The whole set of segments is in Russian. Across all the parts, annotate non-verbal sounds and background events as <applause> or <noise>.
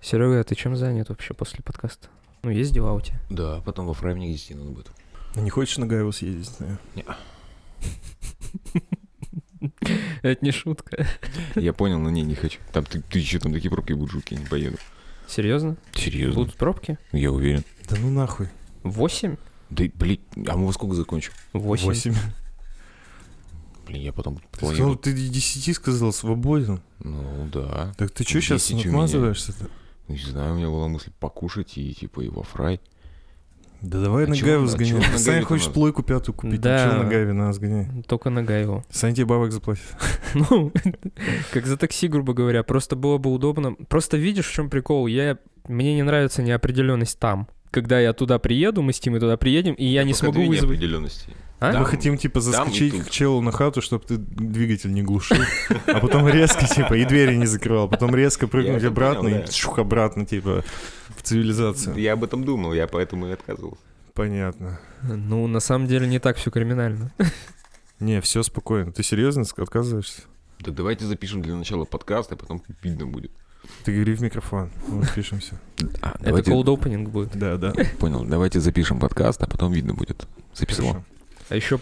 Серега, а ты чем занят вообще после подкаста? Ну, есть дела у тебя? Да, потом во Фрайм Егистин надо будет. Ну, Не хочешь на Гаеву съездить? наверное? <laughs> Это не шутка. Я понял, но не, не хочу. Там ты, ты еще там такие пробки будут жуткие, не поеду. Серьезно? Серьезно? Будут пробки? Я уверен. Да ну нахуй. Восемь? Да, блин, а мы во сколько закончим? Восемь. Восемь. Блин, я потом Ты сказал, ты и десяти сказал, свободен. Ну да. Так ты что сейчас Десять у меня. отмазываешься-то? Не знаю, у меня была мысль покушать и типа и во фрай. Да давай А на чего- а Гаеву чего сгоняй. на Ты Саня Гаеве-то хочет надо? плойку пятую купить. Да. Да. Чего на Гаве на нас сгоняй? Только на Гаеву. Саня тебе бабок заплатит. <laughs> Ну, <laughs> как за такси, грубо говоря. Просто было бы удобно. Просто видишь, в чем прикол? Я... Мне не нравится неопределенность там. Когда я туда приеду, мы с Тимой туда приедем, и я не Пока смогу две вызвать... неопределенности. А? Там- Мы хотим, типа, там и заскочить тут. к челу на хату, чтобы ты двигатель не глушил, а потом резко, типа, и двери не закрывал, потом резко прыгнуть это обратно понял, и да. шух обратно, типа, в цивилизацию. Я об этом думал, я поэтому и отказывался. Понятно. Ну, на самом деле, не так все криминально. Не, все спокойно. Ты серьезно ск- отказываешься? Да давайте запишем для начала подкаст, а потом видно будет. Ты говори в микрофон, мы пишемся. А, Это колд-опенинг будет. Да, да. Понял, давайте запишем подкаст, а потом видно будет. Записал. Хорошо. А еще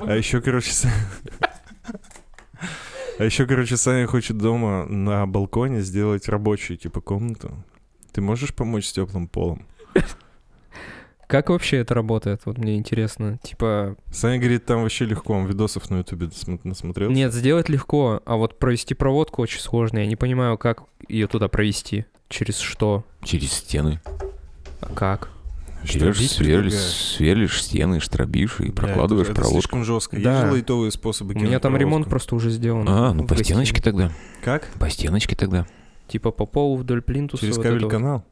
А еще, короче, Са- А еще, короче, Саня хочет дома на балконе сделать рабочую, типа, комнату. Ты можешь помочь с теплым полом? Как вообще это работает? Вот мне интересно. Типа, Саня говорит, там вообще легко, он видосов на ютубе досм- насмотрел. нет, сделать легко, а вот провести проводку очень сложно. Я не понимаю, как ее туда провести. Через что? Через стены. А Как? Берешь, бить, сверлишь, предлагаешь? сверлишь стены, штрабишь и Да, прокладываешь это- это проводку. слишком жестко. Да. Есть же лайтовые способы У меня кинуть там ремонт проводку? просто уже сделан. А, ну в по гостиной. стеночке тогда. Как? По стеночке тогда. Типа по полу вдоль плинтуса. Через вот кабель этого. канал?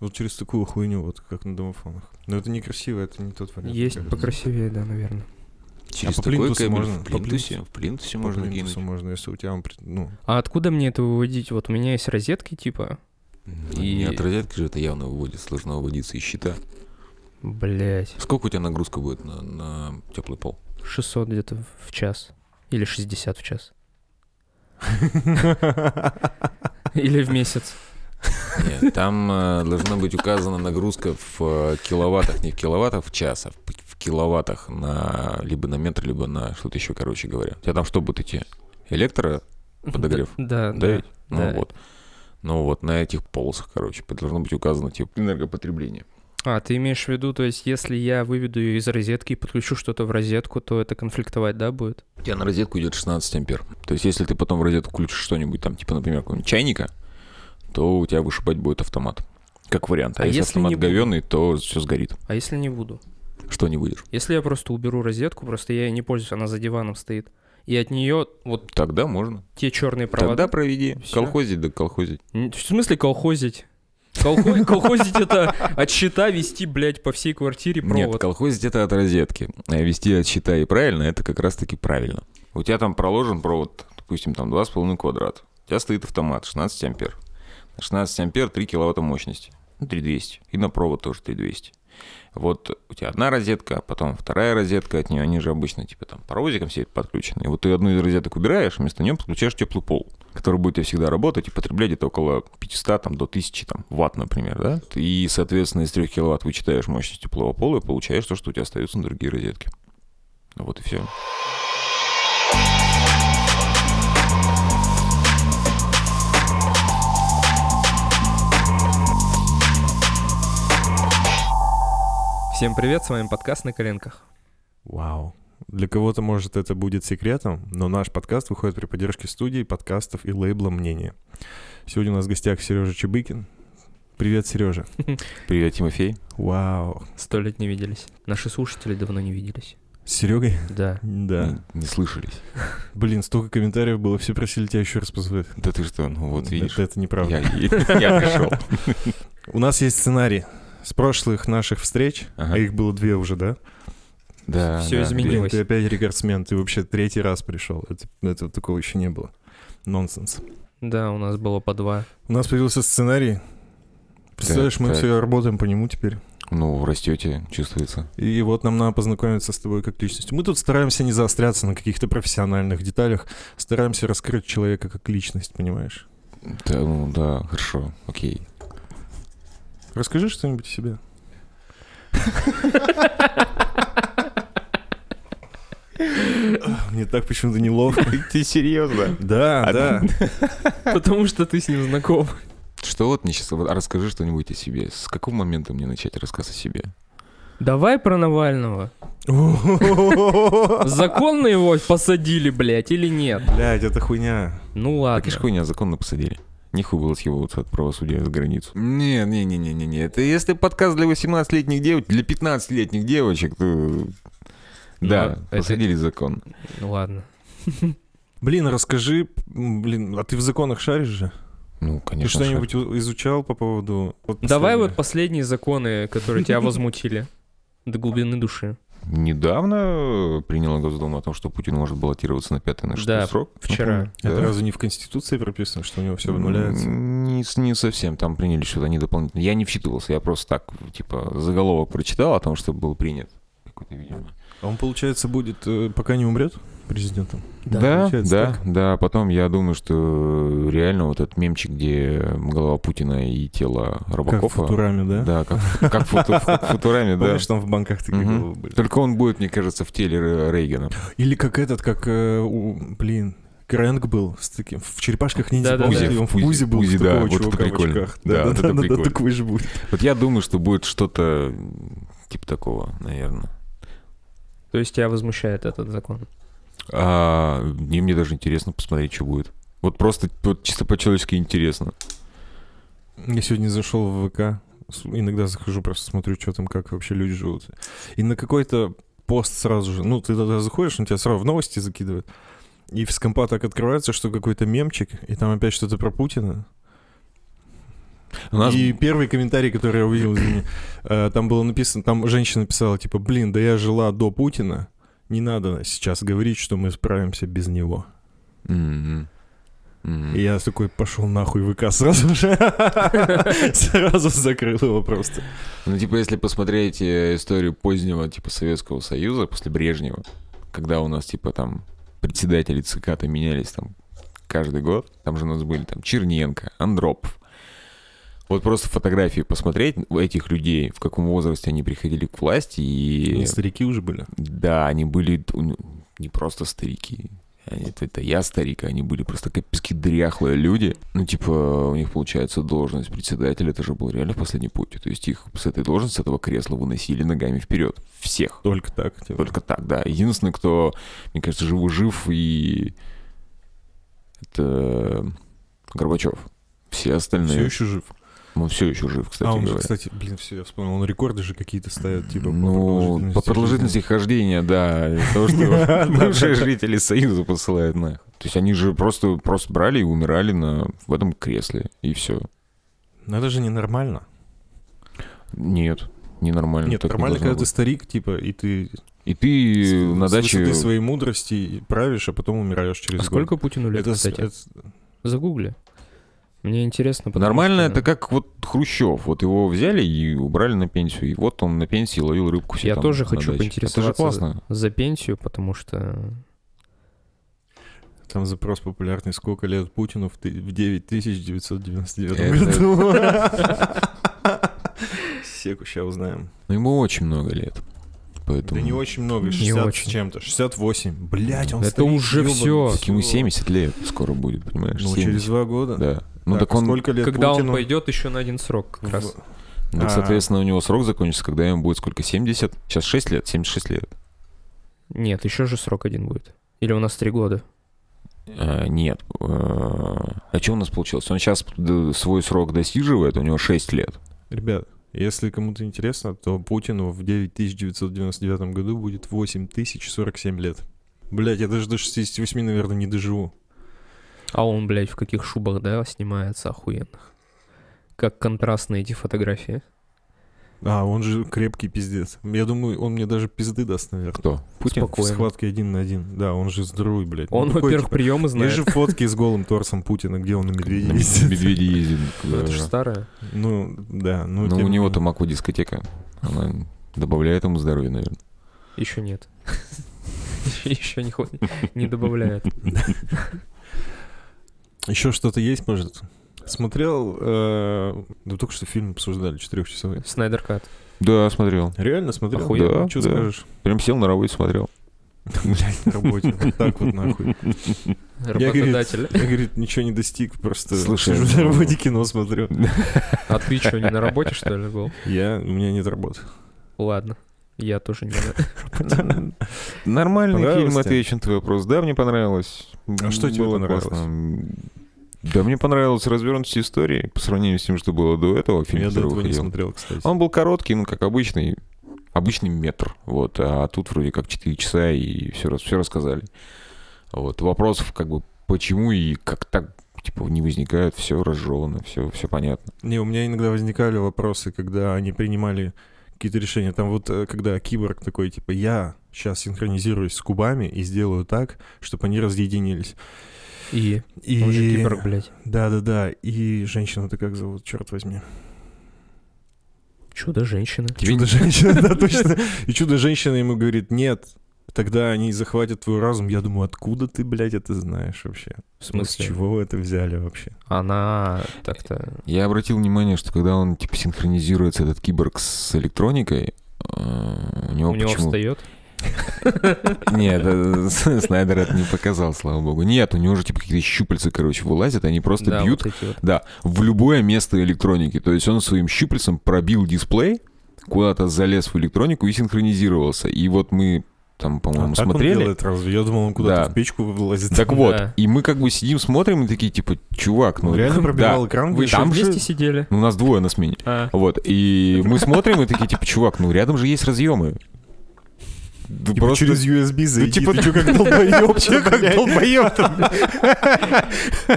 Вот через такую хуйню, вот как на домофонах. Но это некрасиво, это не тот вариант. мне Есть кажется. покрасивее, да, наверное. Через по такой плинтусу кабель можно? в По А плинтусе. плинтусу? в плинтусе По можно плинтусу кинуть. можно, если у тебя, он при- ну, А откуда мне это выводить? Вот у меня есть розетки, типа. И И- не от розетки же это явно выводит, сложно выводиться из щита. Блять. Сколько у тебя нагрузка будет на, на теплый пол? 600 где-то в час. Или 60 в <laughs> час. Или в месяц. Нет, там э, должна быть указана нагрузка в э, киловаттах, не в киловаттах в час, а в, п- в киловаттах на либо на метр, либо на что-то еще, короче говоря. У тебя там что будет идти? Электро? Подогрев. Да, Да, да. ведь? Ну да. вот. Ну вот, на этих полосах, короче, должно быть указано типа энергопотребление. А, ты имеешь в виду, то есть, если я выведу ее из розетки и подключу что-то в розетку, то это конфликтовать, да, будет? У тебя на розетку идет 16 ампер. То есть, если ты потом в розетку включишь что-нибудь там, типа, например, какого-нибудь чайника, то у тебя вышибать будет автомат. Как вариант. А, А если, если не автомат буду? говёный, то все сгорит. А если не буду? Что не будешь? Если я просто уберу розетку, просто я ей не пользуюсь, она за диваном стоит, и от нее вот Тогда можно. те черные провода... Тогда проведи. Всё. Колхозить да колхозить. Н- В смысле колхозить? <laughs> Колхо- Колхозить это от щита вести, блядь, по всей квартире Нет, провод. колхозить это от розетки. А вести от щита и правильно, это как раз-таки правильно. У тебя там проложен провод, допустим, там 2,5 квадрат. У тебя стоит автомат 16 ампер. На 16 ампер 3 киловатта мощности. Ну, 3200. И на провод тоже 3200. Вот у тебя одна розетка, а потом вторая розетка от нее, они же обычно типа там паровозиком все это подключены. И вот ты одну из розеток убираешь, а вместо нее подключаешь теплый пол, который будет у тебя всегда работать и потреблять где-то около 500 там, до 1000 там, ватт, например, да? И, соответственно, из 3 киловатт вычитаешь мощность теплого пола и получаешь то, что у тебя остается на другие розетки. Вот и все. Всем привет, с вами подкаст «На коленках». Вау. Для кого-то, может, это будет секретом, но наш подкаст выходит при поддержке студии, подкастов и лейбла «Мнение». Сегодня у нас в гостях Сережа Чебыкин. Привет, Сережа. Привет, Тимофей. Вау. Сто лет не виделись. Наши слушатели давно не виделись. С Серегой? Да. Да. Не, не слышались. Блин, столько комментариев было, все просили тебя еще раз позвать. Да ты что, ну вот Это- видишь. Это, неправда. Я, <laughs> я пришел. У нас есть сценарий с прошлых наших встреч, Ага. а их было две уже, да? Да, Всё да. изменилось. Блин, ты опять рекордсмен, ты вообще третий раз пришел. Это, это такого еще не было. Нонсенс. Да, у нас было по <laughs> два. У нас появился сценарий. Представляешь, мы так. все работаем по нему теперь. Ну, растете, чувствуется. И вот нам надо познакомиться с тобой как личностью. Мы тут стараемся не заостряться на каких-то профессиональных деталях, стараемся раскрыть человека как личность, понимаешь? Да, ну да, хорошо, окей. Расскажи что-нибудь о себе. Мне так почему-то неловко. Ты серьезно? Да, А да. Потому что ты с ним знаком. Что вот мне сейчас... Расскажи что-нибудь о себе. С какого момента мне начать рассказ о себе? Давай про Навального. <laughs> <laughs> Блять, Законно его посадили, блядь, или нет? это хуйня. Ну Так и ладно. ж хуйня, законно посадили. Нехуй было съебываться от правосудия за границу. Не, не, не, не, не, не. Это если подкаст для 18-летних девочек, для 15-летних девочек, то... Да, Ну, это- посадили закон. Ну ладно. Блин, а расскажи, м, блин, а ты в законах шаришь же? Ну, Ты конечно. что-нибудь у- изучал по поводу... вот Давай вот последние последнего? законы, которые тебя возмутили. До глубины души. шар. Недавно приняла Госдума о том, что Путин может баллотироваться на пятый на шестой Да. срок. Вчера. Это Да. разве не в Конституции прописано, что у него все обнуляется? Не, с- не совсем, там приняли что-то, они дополнительно. Я не вчитывался, я просто так, типа, заголовок прочитал о том, что был принят. Какой-то, видимо, А он, получается, будет, э, пока не умрет президентом? Да, Да, да, получается да, так. Потом я думаю, что реально вот этот мемчик, где голова Путина и тело Как в Рыбакова. Футураме, да? а? Да, как, как в Футу- в Футураме, да. Помнишь, там в банках такие Мгм. головы были? Только он будет, мне кажется, в теле Ре- Рейгана. Или как этот, как, э, у- блин, Крэнк был с таким, в черепашках ниндзя, Да-да-да. помните, Узи, он в Узи, Узи был, Узи, у да, такого вот это чувака в прикольно. очках. Да, вот это прикольно. такой же будет. Вот я думаю, что будет что-то типа такого, наверное. То есть тебя возмущает этот закон. А, и мне даже интересно посмотреть, что будет. Вот просто вот чисто по-человечески интересно. Я сегодня зашел в ВК, с- иногда захожу, просто смотрю, что там, как вообще люди живут. И на какой-то пост сразу же, ну, ты тогда заходишь, он тебя сразу в новости закидывает. И с компа так открывается, что какой-то мемчик, и там опять что-то про Путина. У нас И первый комментарий, который я увидел, извини, э, там было написано, там женщина писала, типа, блин, да я жила до Путина, не надо сейчас говорить, что мы справимся без него. М, м, м. И я такой, пошел нахуй ВК сразу же. <laughs> Сразу закрыл его просто. Ну, типа, если посмотреть э, историю позднего, типа, Советского Союза после Брежнева, когда у нас, типа, там, председатели ЦК-то менялись там каждый год, там же у нас были там Черненко, Андропов. Вот просто фотографии посмотреть у этих людей, в каком возрасте они приходили к власти, и Не Ну, Старики уже были. да, они были ну, не просто старики. Они- это, это я старик, а они были просто каписки дряхлые люди. Ну, типа, у них, получается, должность председателя, это же был реально последний путь. То есть их с этой должности, с этого кресла выносили ногами вперед. Всех. Только так. типа. Только так, да. Единственный, кто, мне кажется, живу жив и... Это Горбачев. Все остальные... Все еще жив. Он все еще жив, кстати а он же, говоря. кстати, блин, все, я вспомнил, он рекорды же какие-то ставит, типа, Ну, по продолжительности хождения, да. То, <laughs> что бывшие жители Союза посылают нахуй. То есть они же просто, просто брали и умирали на, в этом кресле, и все. Но это же ненормально. Нет, ненормально. Нет, Э, так не нормально, должно когда ты быть. старик, типа, и ты И ты с- на с даче... высоты своей мудрости правишь, а потом умираешь через А год. сколько Путину лет, Это с- кстати? это- Загугли. Мне интересно, потому Нормально что- это как вот Хрущев. Вот его взяли и убрали на пенсию. И вот он на пенсии ловил рыбку. себе Я там тоже на хочу даче. Это же поинтересоваться. классно. За пенсию, потому что... Там запрос популярный, сколько лет Путину в, ты- в 9999 Это- <laughs> году. Секу сейчас узнаем. Но ему очень много лет. Поэтому... Да не очень много, Не 60 с очень. чем-то, 68. Блять, он Это старик, уже ёбаный, всё. всё. Так ему 70 лет скоро будет, понимаешь? Ну, 70. через два года. Да. Ну так, а он... сколько лет Когда он Путину? пойдет еще на один срок как раз. В- Ну, так, А. соответственно, у него срок закончится, когда ему будет сколько? 70? Сейчас 6 лет? 76 лет. Нет, еще же срок один будет. Или у нас три года. А, нет. Э, А что у нас получилось? Он сейчас свой срок досиживает, у него 6 лет. Ребят, если кому-то интересно, то Путину в 9999 году будет 8047 лет. Блять, я даже до 68, наверное, не доживу. А он, блядь, в каких шубах, да, снимается охуенных. Как контрастны эти фотографии. А, он же крепкий пиздец. Я думаю, он мне даже пизды даст, наверное. Кто? Путин? Споко- Спокойно. В схватке один на один. Да, он же здоровый, блядь. Ну, Он, такой, во-первых, типа, приемы Есть знает. же фотки с голым торсом Путина, где он на медведе На ездит. Медведи <laughs> ездит. Ну, Это да. же старое. Ну, да. Ну, Ну, тем у не него менее. там аквадискотека. Она добавляет ему здоровья, наверное. Еще нет. <laughs> Еще не ходит. Не добавляет. Еще что-то есть, может? Смотрел, э, да только что фильм обсуждали, четырехчасовой. Снайдер Кат. Да, смотрел. Реально смотрел? Охуенно. Да, Что да. скажешь? Прям сел на работе, смотрел. Блять, на работе. Вот так вот нахуй. говорит, Работодатель. Я, говорит, ничего не достиг, просто Слушай, ну, сижу на работе кино смотрю. А ты что, не на работе, что ли, был? Я, у меня <laughs> нет работы. Ладно. Я тоже не Нормальный Понравилось фильм, тебе? отвечу на твой вопрос. Да, мне понравилось. А что тебе Было понравилось? классно. Да, мне понравилась развернутость истории по сравнению с тем, что было до этого. Фильм, я до который этого не выходил. смотрел, кстати. Он был короткий, ну, как обычный, обычный метр, вот, а тут вроде как 4 часа и все, все рассказали. Вот, вопросов как бы почему и как так, типа, не возникает, все разжевано, все, все понятно. Не, у меня иногда возникали вопросы, когда они принимали какие-то решения. Там вот, э, когда киборг такой, типа, я сейчас синхронизируюсь с кубами и сделаю так, чтобы они разъединились. И И... он А же киборг, блядь. Да-да-да. И женщину-то как зовут, черт возьми. Чудо-женщина. Тебе не- Чудо-женщина, <laughs> да, точно. И чудо-женщина ему говорит, нет, тогда они захватят твой разум. Я думаю, откуда ты, блядь, это знаешь вообще? В Ну, С смысле? чего вы это взяли вообще? Она так-то... Я обратил внимание, что когда он, типа, синхронизируется, этот киборг с электроникой, э, у него У него почему... встает. <laughs> Нет, э, <laughs> Снайдер это не показал, слава богу. Нет, у него же, типа, какие-то щупальца, короче, вылазят, они просто Да, бьют вот эти вот. Да, в любое место электроники. То есть он своим щупальцем пробил дисплей, куда-то залез в электронику и синхронизировался. И вот Ну, мы там, по-моему, А так он смотрели. делает разве? Я думал, он куда-то Да. в печку вылазит. Так вот, Да. и мы как бы сидим, смотрим и такие, типа, чувак, ну... Он <laughs> реально да. пробивал экран? Вы где-то? Там там же- вместе сидели. Ну, у нас двое на смене. А, Вот, и мы смотрим и такие, типа, чувак, ну рядом же есть разъемы. Да Типа просто- через USB зайди, <laughs> типа- ты чё как долбоёб, чё как долбоёб <laughs> Ну,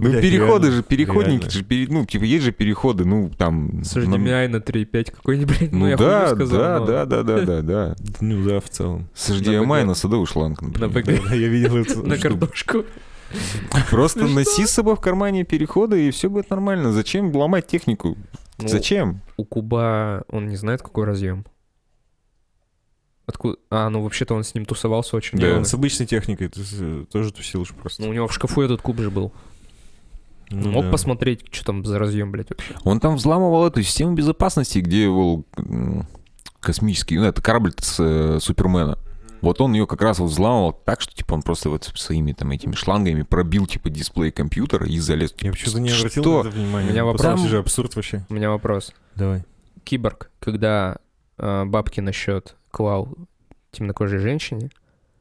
Блядь, переходы реально, же, переходники реально. же, пере- ну, типа, есть же переходы, ну, там... с нам- HDMI на 3.5 какой-нибудь, блядь. Ну, я да, хуйню сказал, да, но да, да, да, да, <laughs> да. Ну да, <laughs> в целом. С HDMI ВГ. на садовый шланг, например. На ВГ. Да, я видел это. На штуку. картошку. Просто Ну носи с собой в кармане переходы, и все будет нормально. Зачем ломать технику? Ну, Зачем? У Куба он не знает, какой разъем. Откуда? А, ну вообще-то он с ним тусовался очень Не, Да. много. он с обычной техникой ты с- тоже тусилишь Ну, просто. у него в шкафу этот куб же был. Ну Мог да. посмотреть, что там за разъем, блядь, вообще. Он там взламывал эту систему безопасности, где его м, космический, ну, это корабль с, э, Супермена. Вот он ее как раз вот взламывал так, что типа он просто вот своими там этими шлангами пробил типа дисплей компьютера и залез. Я почему-то не обратил Что? на это внимания. У меня вопрос. Послушай же, абсурд вообще. У меня вопрос. Давай. Киборг, когда э, бабки насчет клал темнокожей женщине,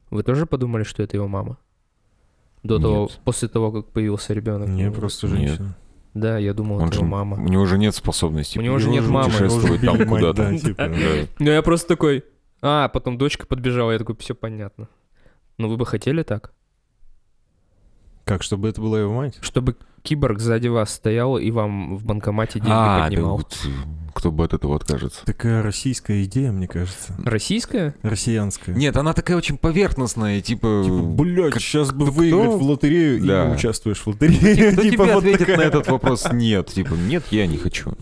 вы тоже подумали, что это его мама? До того, Нет. после того, как появился ребенок. Не, просто Нет. женщина. Да, я думал, Он это же- его мама. У него же нет способности. У него же нет мамы. путешествовать Его же там убили, мать, куда-то. да, типа. Да. Ну, я просто такой... А, потом дочка подбежала, я такой, все понятно. Ну, вы бы хотели так? Как, чтобы это была его мать? Чтобы киборг сзади вас стоял и вам в банкомате деньги А, да поднимал. вот, э, кто бы от этого откажется? Такая российская идея, мне кажется. Российская? Россиянская. Нет, она такая очень поверхностная, типа... Типа, блядь, как- сейчас бы выиграть в лотерею, и Да. не участвуешь в лотерее. <laughs> Кто Типа, тебе вот ответит такая. на этот вопрос? Нет, типа, нет, я не хочу.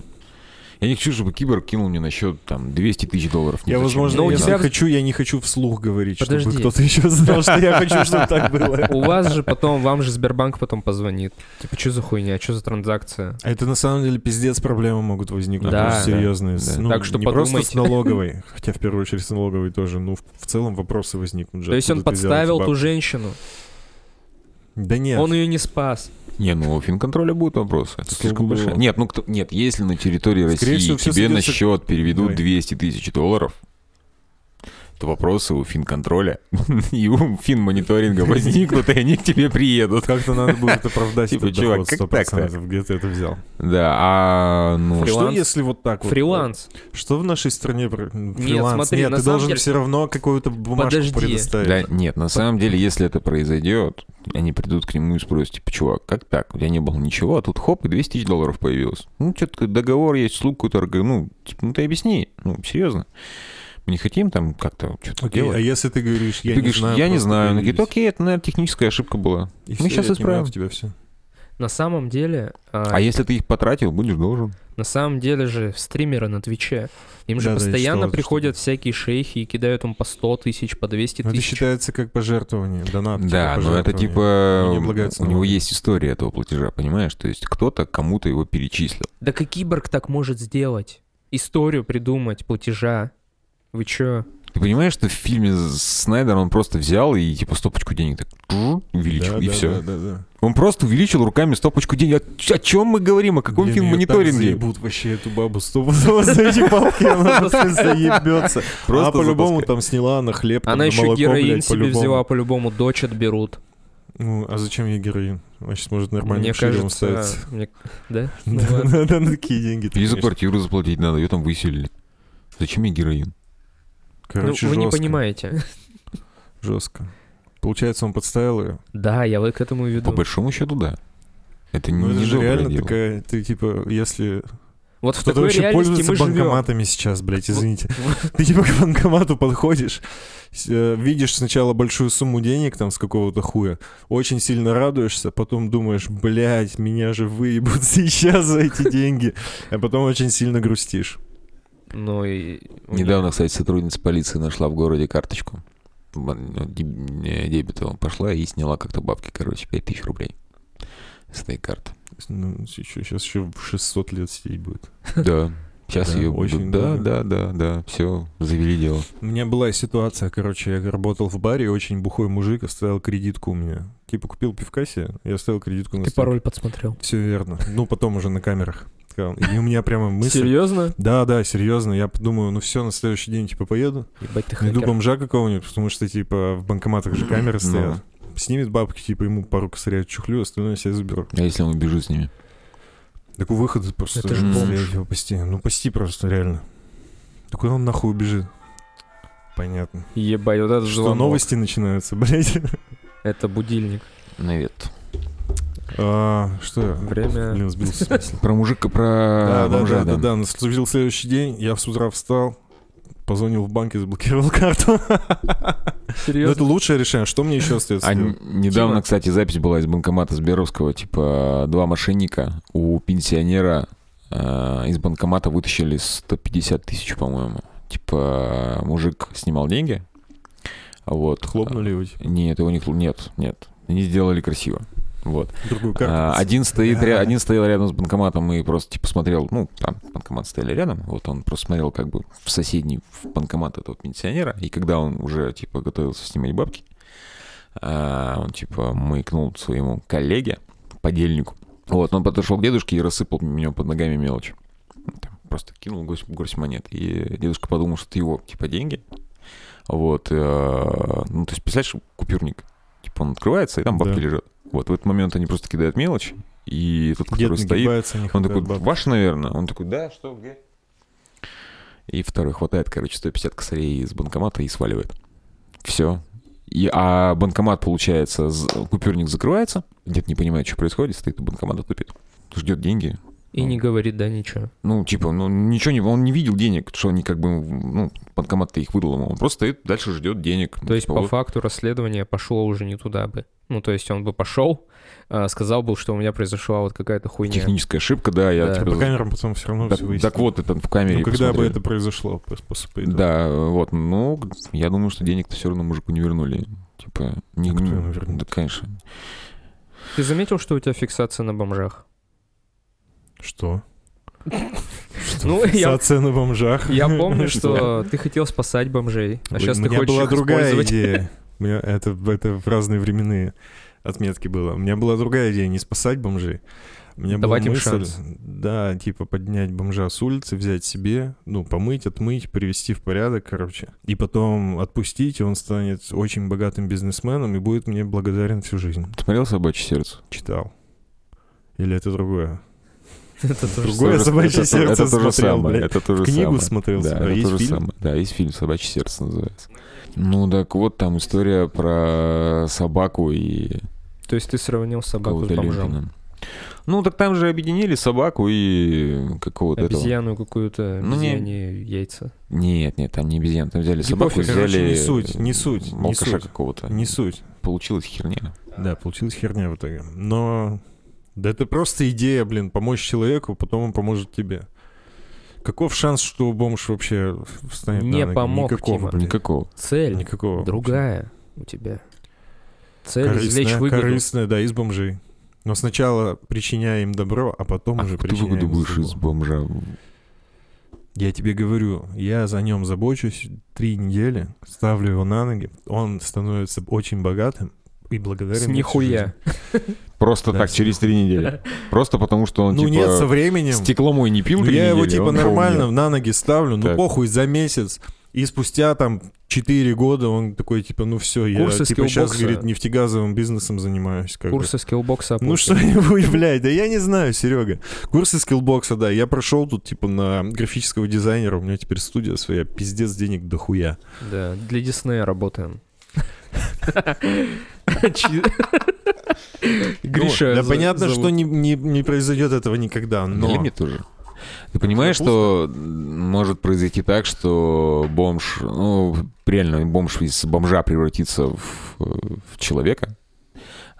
Я не хочу, чтобы киборг кинул мне на счет там 200 тысяч долларов. Ни Я, зачем, возможно, Но у не если тебя- хочу, я не хочу вслух говорить, чтобы Подожди. кто-то еще знал, что я хочу, чтобы <laughs> так было. У вас же потом, вам же Сбербанк потом позвонит. Типа, что за хуйня, что за транзакция? А Это на самом деле пиздец проблемы могут возникнуть Да. тоже серьезные. Да. С- ну, Так что не просто с подумайте. налоговой, <laughs> хотя в первую очередь с налоговой тоже, ну в, в целом вопросы возникнут. же, То есть он откуда ты взял эти подставил ту бабки. женщину, Да нет. он ее не спас. надо. Не, ну у финконтроля будут вопросы. Это Слава слишком богу. большая. Нет, ну кто... нет, если на территории Скорее России всего, всё тебе на сойдётся- счет переведут Давай. 200 тысяч долларов, то вопросы у финконтроля <laughs> и у финмониторинга возникнут, и они к тебе приедут. Как-то надо будет оправдать Типа, этот чувак, доход как 100%, так-то? где ты это взял. Да, а ну... Фриланс. Что если вот так вот? Фриланс. Что в нашей стране про- смотри, Нет, на самом ты должен деле- все равно какую-то бумажку Подожди. предоставить. Да, нет, на самом деле, если это произойдет, они придут к нему и спросят, типа, чувак, как так? У тебя не было ничего, а тут хоп, и 200 тысяч долларов появилось. Ну, что-то договор есть, слуг какой-то, орга- ну, типа, ну ты объясни, ну, серьезно. Мы не хотим там как-то что-то Окей, а делать. если ты говоришь, я ты не говоришь, знаю, я не просто знаю. Он говорит, появились». окей, это, наверное, техническая ошибка была. И мы всё, щас я отнимаю исправим. у тебя все. На самом деле... а, А если ты их потратил, будешь должен. На самом деле же стримеры на Твиче, им же Да-да, я читал постоянно эту приходят всякие шейхи и кидают им по 100 тысяч, по 200 Ну, это тысяч. считается как пожертвование, донат. типа, Да, но это пожертвование. типа... Они не облагаются У него налогом. есть история этого платежа, понимаешь? То есть кто-то кому-то его перечислил. Да как киборг так может сделать? Историю придумать, платежа. Вы чё? Ты понимаешь, что в фильме с Снайдер он просто взял и типа стопочку денег так «ту» увеличил, Да, и да, все. Да, да, да. Он просто увеличил руками стопочку денег. О, ч- о чем мы говорим? О каком Блин, фильм её ну, так мониторинге? заебут вообще эту бабу стопудово за эти <laughs> бабки, она просто заебется. Просто а по-любому запускай. там сняла на хлеб, там, Она на еще молоко, героин блядь, себе по-любому. взяла, по-любому дочь отберут. Ну, а зачем ей героин? Она сейчас может нормально Мне в шире кажется... ставиться. мне- Да? <laughs> Ну Да, ладно. да, да, на такие деньги. Или за конечно. квартиру заплатить надо, ее там выселили. Зачем ей героин? Ну, Короче, вы не жестко, понимаете. Жестко. Получается, он подставил ее. Да, я вот к этому и По веду. большому счету, да. Это Ну, не, это не же доброе реально дело. такая, ты типа, если Вот в кто-то такой вообще реальности пользуется мы живем. банкоматами сейчас, блядь, <laughs> извините. Ты типа к банкомату подходишь, с- э, видишь сначала большую сумму денег там с какого-то хуя, очень сильно радуешься, потом думаешь, блядь, меня же выебут <laughs> сейчас за эти деньги, а потом очень сильно грустишь. Ну и... Недавно, кстати, сотрудница полиции нашла в городе карточку Бан- ну, деб- э, дебетовую. Пошла и сняла как-то бабки, короче, 5000 рублей с этой <laughs> карты. Ну, сейчас еще в 600 лет сидеть будет. Да. Сейчас Да, ее... очень Да, дорого. да, да, да. Все, завели дело. У меня была ситуация, короче, я работал в баре, очень бухой мужик оставил кредитку у меня. Типа купил пивка себе и оставил кредитку на Ты пароль подсмотрел. Все верно. Ну, потом уже на камерах. И у меня прямо мысль... Серьезно? Да, да, серьезно. Я думаю, ну все, на следующий день типа поеду. Ебать ты Найду хакер. Ну. бомжа какого-нибудь, потому что типа в банкоматах же камеры стоят. Снимет бабки, типа ему пару косаря чухлю, остальное себе заберу. А если он убежит с ними? Так у выхода просто... Это же не бомж. стоять его пасти. Ну пасти просто, реально. Да куда он нахуй убежит? Понятно. Ебать, вот это Что звонок. новости начинаются, блядь. <laughs> Это будильник. Навет. А, что я? Время- Блин, сбился с мысли. Про мужика, про Да, да, бомжа, да, да, да. Наступил следующий день, я с утра встал, позвонил в банк и заблокировал <laughs> карту. Но Ну, это Серьезно? лучшее решение. Что мне еще остается? А н- делать? недавно, Тима. кстати, запись была из банкомата Сберовского, типа два мошенника у пенсионера э, из банкомата вытащили 150 тысяч, по-моему. Типа мужик снимал деньги, вот. Хлопнули его, типа, Нет, его не хл- нет, нет, они сделали красиво, вот. другую А, карту. один, стоит, ря- Да. один стоял рядом с банкоматом и просто типа смотрел, ну, там банкомат стояли рядом, вот он просто смотрел как бы в соседний в банкомат этого пенсионера, и когда он уже типа готовился снимать бабки, а, он типа маякнул своему коллеге, подельнику. Вот, он подошел к дедушке и рассыпал у него под ногами мелочь. Там просто кинул горсть, горсть монет. И дедушка подумал, что это его, типа, деньги. Вот, э, ну, то есть, представляешь, купюрник. Типа, он открывается, и там бабки Да. лежат. Вот, в этот момент они просто кидают мелочь, и тот, Дед который стоит, нагибается, не он хватает такой, бабки. ваш, наверное? Он такой, да, что, где? И второй хватает, короче, 150 косарей из банкомата и сваливает. Все. И, а банкомат, получается, з- купюрник закрывается. Дед не понимает, что происходит, стоит у банкомата тупит. Ждет деньги. И не говорит, да, ничего. Ну, типа, ну, ничего не... Он не видел денег, что они как бы... Ну, банкомат-то их выдал ему. Он просто стоит, дальше ждет денег. То есть, Типа, по вот. факту, расследование пошло уже не туда бы. Ну, то есть, он бы пошел, а, сказал бы, что у меня произошла вот какая-то хуйня. Техническая ошибка, да, я Да. типа, По камерам потом все равно так, все выяснится. так вот, это в камере Ну, когда бы посмотрели. это произошло, по, по сути, по итогу. Да, вот, ну, я думаю, что денег-то все равно мужику не вернули. Типа, не, А кто не- ему вернет? Да, конечно. Ты заметил, что у тебя фиксация на бомжах? Что? Что? Ну, я- Фиксация на бомжах. <laughs> Я помню, что ты хотел спасать бомжей, а Блин, сейчас у ты меня хочешь была их другая использовать. <laughs> идея. У меня это, это в разные временные отметки было. У меня была другая идея, не спасать бомжей. У меня была Давать им мысль, шанс. да, типа поднять бомжа с улицы, взять себе, ну, помыть, отмыть, привести в порядок, короче. И потом отпустить, и он станет очень богатым бизнесменом и будет мне благодарен всю жизнь. Ты смотрел «Собачье сердце»? Читал. Или это другое? <laughs> Это тоже Другое самое. же- это «Собачье то- сердце» это то же смотрел, самое, блядь. Это то же Книгу самое. смотрел, Да, смотрел. это Есть то же фильм? самое. Да, есть фильм «Собачье сердце» называется. Ну, так вот, там история про собаку и То есть, ты сравнил собаку с какого-то бомжом. Люпина. Ну, так там же объединили собаку и какого-то этого. Обезьяну какую-то, Ну, не- обезьяне яйца. Нет, нет, там не обезьян, там взяли Да собаку и пофиг, короче, взяли... не суть, не суть, не Алкаша суть. какого-то. Не суть. Типа. Получилась херня. Да, получилась херня в итоге. Но Да это просто идея, блин, помочь человеку, потом он поможет тебе. Каков шанс, что бомж вообще встанет Не на ноги? помог, Никакого, Тима. блин. Никакого. Цель Никакого. вообще. другая у тебя. Цель извлечь Корыстная, выгоду. корыстная, да, из бомжей. Но сначала причиняя им добро, а потом А уже как ты причиняем выгоду будешь зло. из бомжа? Я тебе говорю, я за нем забочусь три недели, ставлю его на ноги, он становится очень богатым и благодарен. С мне всю нихуя. жизнь. Просто Да, так, всё. через три <laughs> недели. Просто потому, что он, Ну типа, нет, со временем. стекло мой не пил Ну, три я его недели, типа он нормально поумнел. на ноги ставлю, ну Так. похуй, за месяц. И спустя там 4 года он такой, типа, ну все, я Курсы типа сейчас, скиллбокса. говорит, нефтегазовым бизнесом занимаюсь. Как бы. Курсы скиллбокса. Ну оплачивают. что-нибудь, <laughs> блядь, да я не знаю, Серега. Курсы скиллбокса, да, я прошел тут типа на графического дизайнера, у меня теперь студия своя, пиздец денег дохуя. Да, для Диснея <laughs> работаем. Чи- Гриша, Ну, да за- понятно, зовут. что не, не- не произойдет этого никогда, но... Лимит уже. Ты понимаешь, что может произойти так, что бомж, ну, реально бомж из бомжа превратится в, э, в человека,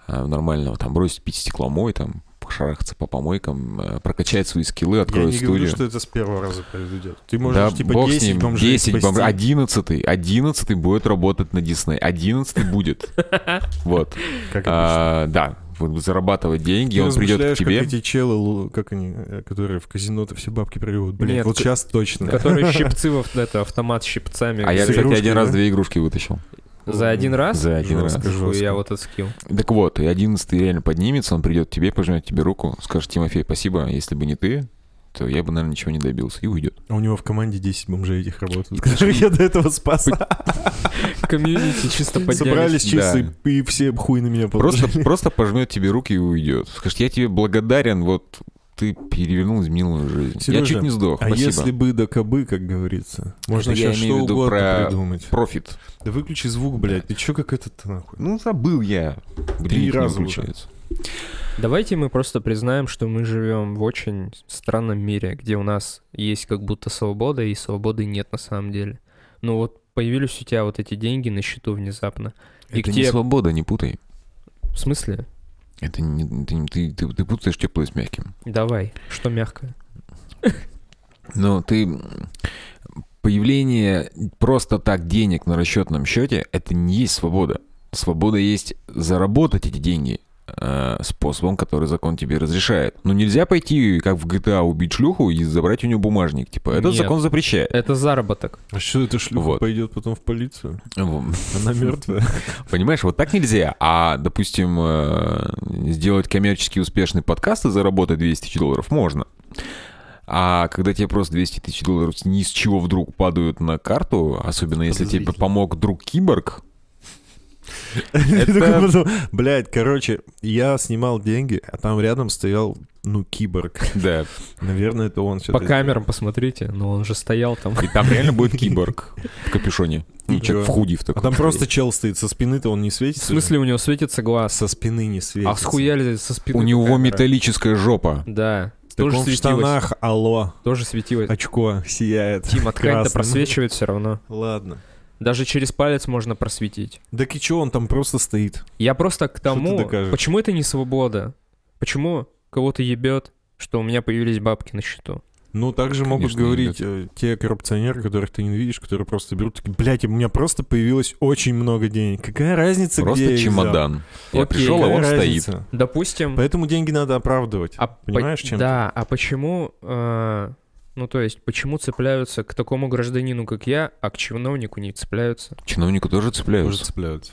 а, в нормального, там, бросит пить стекломой, там, пошарахаться по помойкам, э, прокачает свои скиллы, Я откроет не говорю, студию. что это с первого раза произойдет. Ты Да можешь типа бог с 10 ним, бомжей 10 спасти. бомж- 11 11 будет работать на Дисней. 11 будет. <laughs> Вот. Как обычно. А, Да, будет зарабатывать деньги, Ты он придет к размышляешь, тебе. Как эти челы, лу- как они, э, которые в казино-то все бабки приводят. Блин, Нет, вот к- сейчас точно. Который щипцывов, это автомат с щипцами. А я, С кстати, игрушками, один раз да? две игрушки вытащил. За один раз? За один раз. Жестко, жестко. Я вот этот скилл. Так вот, и одиннадцатый реально поднимется, он придет к тебе, пожмет тебе руку, скажет, Тимофей, спасибо, если бы не ты, то я бы, наверное, ничего не добился, и уйдет. А у него в команде 10 бомжей этих работают, которых я до этого спас. <laughs> Комьюнити чисто поднялись. Собрались часы, и все хуй на меня <laughs> Просто, положили. просто пожмет тебе руки и уйдет. Скажет, я тебе благодарен, вот ты перевернул изменилую жизнь. я Серёжа, чуть не сдох, А спасибо. если бы до кобы, как говорится, можно я сейчас имею что в виду угодно про- придумать. Профит. Да выключи звук, блядь, ты чё как этот-то нахуй? Ну, забыл я. Будильник не раза уже. включается. Давайте мы просто признаем, что мы живем в очень странном мире, где у нас есть как будто свобода, и свободы нет на самом деле. Ну вот появились у тебя вот эти деньги на счету внезапно. И Это к не тебе- свобода, не путай. В смысле? Это не, ты, не- ты- ты- ты путаешь теплое с мягким. Давай, что мягкое. Но ты... м, Появление просто так денег на расчетном счете, это не есть свобода. Свобода есть заработать эти деньги э, способом, который закон тебе разрешает. Но нельзя пойти, как в GTA, убить шлюху и забрать у нее бумажник. Типа, этот Нет. Э, закон запрещает. Это заработок. А что эта шлюха Вот. пойдет потом в полицию? Вот. <laughs> Она мертвая. Понимаешь, вот так нельзя. А, допустим, э, сделать коммерчески успешный подкаст и заработать 200 тысяч долларов можно. А когда тебе просто 200 тысяч долларов ни с чего вдруг падают на карту, особенно если тебе Подозрительно. помог друг <laughs> киборг, Ты Это- такой потом, Блядь, короче, я снимал деньги, а там рядом стоял, ну, киборг. да, Наверное, это он По все-таки. камерам посмотрите, но он же стоял там. и там реально будет киборг в капюшоне. Ну, человек Да. в худи в А таком. там просто чел стоит, со спины-то он <laughs> не В светится. смысле, у него светится глаз. Со спины не светится. А схуяли со спины. У него камера. металлическая жопа. Да. Так Тоже он в светилось. штанах, алло, Тоже светилось. очко сияет. Тима, ткань-то красным. просвечивает все равно. Ладно. Даже через палец можно просветить. Так и чё, он там просто стоит? Я просто к тому, докажешь? почему это не свобода? Почему кого-то ебет, что у меня появились бабки на счету? Ну, также могут Конечно, говорить э, те коррупционеры, которых ты не видишь, которые просто берут, такие, блядь, у меня просто появилось очень много денег. Какая разница, где я Просто их взял? чемодан. Я Окей. пришел, а Какая он стоит. разница? Допустим... Поэтому деньги надо оправдывать. а по- понимаешь, чем Да, а почему... э, ну, то есть, почему цепляются к такому гражданину, как я, а к чиновнику не цепляются? Чиновнику тоже Тоже цепляются. цепляются.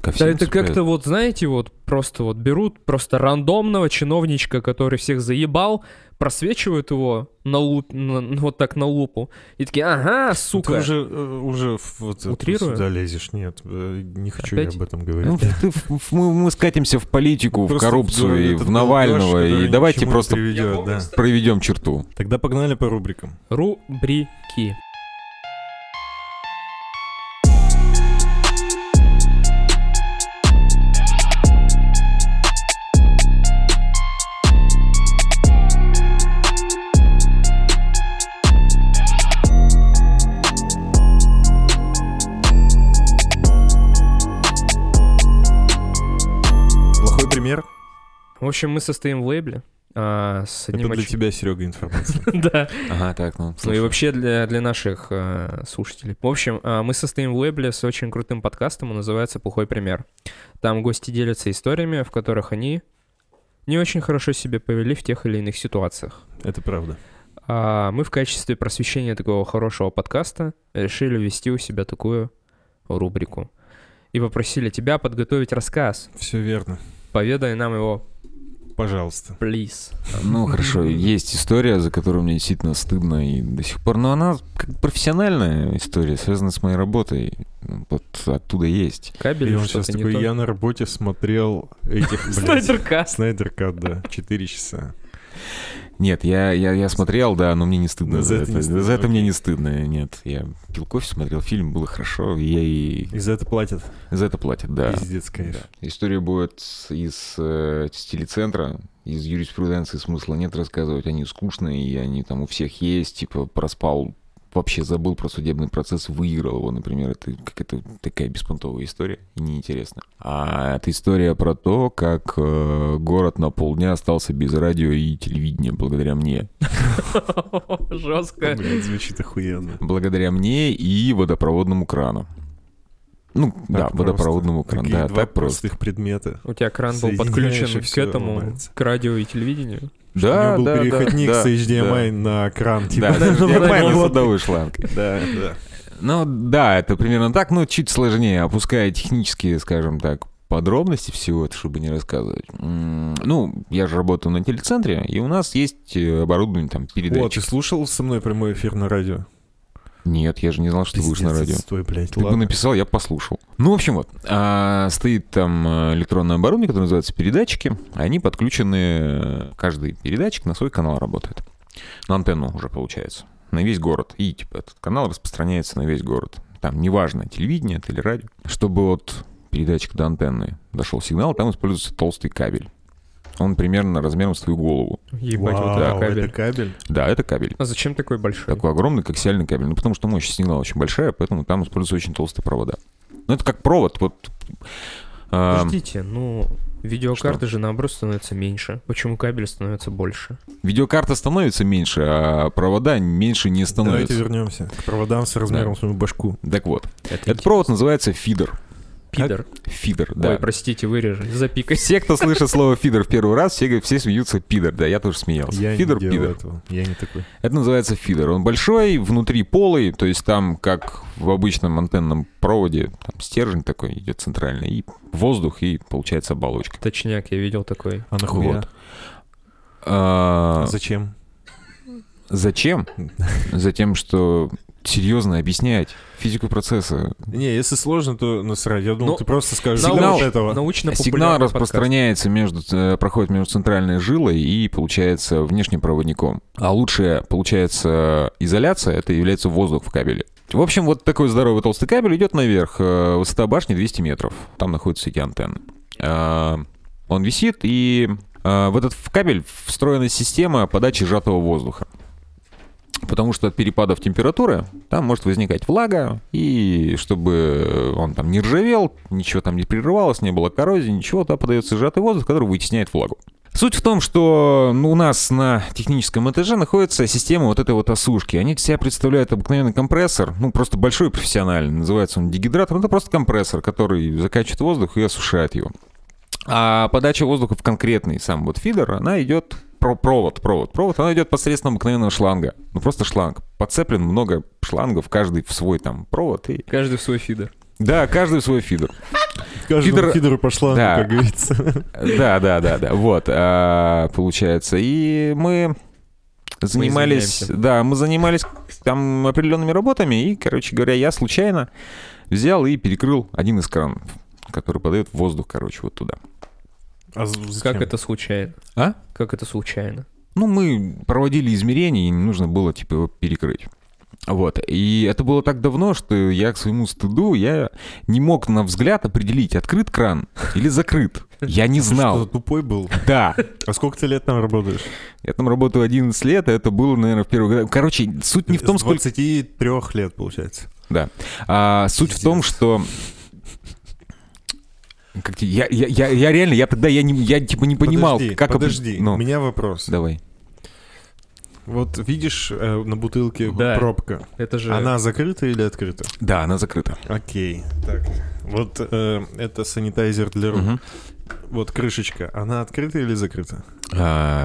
Ко Да всем это цепляются. как-то вот, знаете, вот просто вот берут просто рандомного чиновничка, который всех заебал, просвечивают его на луп, на- ну, вот так на лупу, и такие, ага, сука. Ты уже, э, уже в- вот это, Утрирую? сюда лезешь. Нет, э, не хочу Опять? я об этом говорить. Ну, ты- в- мы, мы скатимся в политику, в Просто коррупцию и этот в долбёж, Навального, который и ни к давайте чему не просто приведёт, Я помню, да. что- проведем черту. Тогда погнали по рубрикам. Рубрики. Плохой пример. В общем, мы состоим в лейбле а, с Это одним для оч- тебя, Серега, информация. Да. <laughs> Ага, так, ну, Ну и слушай. вообще для, для наших э, слушателей. В общем, э, мы состоим в лейбле с очень крутым подкастом, он называется «Плохой пример». Там гости делятся историями, в которых они не очень хорошо себя повели в тех или иных ситуациях. Это правда. А мы в качестве просвещения такого хорошего подкаста решили ввести у себя такую рубрику. И попросили тебя подготовить рассказ. Все верно. Поведай нам его, Пожалуйста. плиз. Ну, хорошо, есть история, за которую мне действительно стыдно и до сих пор. Но она как профессиональная история, связана с моей работой. ну, Вот оттуда есть. Кабель И он что-то сейчас не такой, то. я на работе смотрел этих, блядь, Снайдеркаст. Снайдер Кат, да, 4 часа. Нет, я, я, я смотрел, да, но мне не стыдно. Но За это, не стыдно, за это мне окей. не стыдно, нет. Я пил кофе, смотрел фильм, было хорошо, и я и И за это платят. за это платят, да. Пиздец, конечно. История будет с- из э, телецентра, из юриспруденции смысла нет рассказывать. Они скучные, и они там у всех есть. Типа проспал, вообще забыл про судебный процесс, выиграл его, например. Это какая-то такая беспонтовая история и неинтересная. А это история про то, как э, город на полдня остался без радио и телевидения благодаря мне. <laughs> Жестко. Блядь, звучит охуенно. Благодаря мне и водопроводному крану. Ну, да, Так водопроводному просто. крану. Такие Да, два так просто. простых предмета. У тебя кран был Соединяешь, и подключен к всё этому, ломается. к радио и телевидению. У него был да, да, переходник да, с HDMI <laughs> на кран. Типа, Да, да, нормально. нормально с садовой шлангой. Да, да. Ну да, это примерно так, но чуть сложнее, опуская технические, скажем так, подробности всего это, чтобы не рассказывать. М, Ну, я же работаю на телецентре, и у нас есть э, оборудование, там, О, ты передатчик. слушал со мной прямой эфир на радио? Нет, я же не знал, что ты будешь на Пиздец, радио. отстой, блядь, Ты бы ладно. написал, я бы послушал. Ну, в общем, вот. а, стоит там э, электронное оборудование, которое называется передатчики. Они подключены, э, каждый передатчик на свой канал работает. На антенну уже получается. На весь город. И, типа, этот канал распространяется на весь город. Там неважно, телевидение это или радио. Чтобы от передатчика до антенны дошел сигнал, там используется толстый кабель. Он примерно размером с твою голову. Ебать, вот Вау, это это кабель. кабель. Да, это кабель. А зачем такой большой? Такой огромный, как сигнальный кабель. Ну, потому что мощь сигнала очень большая, поэтому там используются очень толстые провода. Ну, это как провод. Вот, а, Подождите, ну, видеокарты же наоборот становятся меньше. Почему кабель становится больше? видеокарта становится меньше, а провода меньше не Давайте становятся. вернемся к проводам с размером с мою башку. Так вот, этот интересно. провод называется фидер. Пидор. Фидер, да. Ой, простите, вырежи, запикай. Все, кто слышит слово фидер в первый раз, все, говорят, все смеются пидор. Да, я тоже смеялся. Я фидер, не делал пидор. этого. Я не такой. Это называется фидер. Он большой, внутри полый, то есть там, как в обычном антенном проводе, там стержень такой идет центральный, и воздух, и получается оболочка. Точняк, я видел такой. А нахуя? Вот. А, А Зачем? Зачем? Затем, что серьезно объяснять физику процесса. Не, если сложно, то насрать. Я думал, Ну, ты просто скажешь нау- «Сигнал от этого. Научно Сигнал распространяется между э, проходит между центральной жилой и получается внешним проводником. А лучшая получается изоляция это является воздух в кабеле. В общем, вот такой здоровый толстый кабель идет наверх. э, Высота башни 200 метров. Там находятся эти антенны. А, Он висит, и а, в этот в кабель встроена система подачи сжатого воздуха. Потому что от перепадов температуры там может возникать влага, и чтобы он там не ржавел, ничего там не прерывалось, не было коррозии, ничего, туда подается сжатый воздух, который вытесняет влагу. Суть в том, что ну, у нас на техническом этаже находится система вот этой вот осушки. Они из себя представляют обыкновенный компрессор, ну просто большой профессиональный, называется он дегидратор, Ну, это просто компрессор, который закачивает воздух и осушает его. А подача воздуха в конкретный сам вот фидер, она идет про провод, провод, провод, она идет посредством обыкновенного шланга. Ну просто шланг. Подцеплен много шлангов, каждый в свой там провод. И... Каждый в свой фидер. Да, каждый в свой фидер. Каждому фидер- фидеру пошла, ну, Да. как говорится. Да, да, да, да. Вот, а, получается. И мы занимались, извиняемся. да, мы занимались там определенными работами, и, короче говоря, я случайно взял и перекрыл один из кранов, который подает воздух, короче, вот туда. А з- зачем? Как это случайно? А? Как это случайно? Ну, мы проводили измерения, и не нужно было, типа, его перекрыть. Вот. И это было так давно, что я к своему стыду, я не мог на взгляд определить, открыт кран или закрыт. Я не Ты Ну, что, знал. тупой был? <laughs> Да. А сколько ты лет там работаешь? Я там работаю 11 лет, а это было, наверное, в первый год. Короче, суть не в том, С сколько... 23 лет, получается. А, суть в том, что Как тебе- я, я, я, я реально, я тогда я, не, я типа не понимал, подожди, как... об- подожди. Ну, У меня вопрос. давай. Вот видишь э, на бутылке Да. пробка. Это же... Она закрыта или открыта? Да, она закрыта. Окей. Так. Вот э, это санитайзер для рук. Мгм. Вот крышечка. Она открыта или закрыта? А,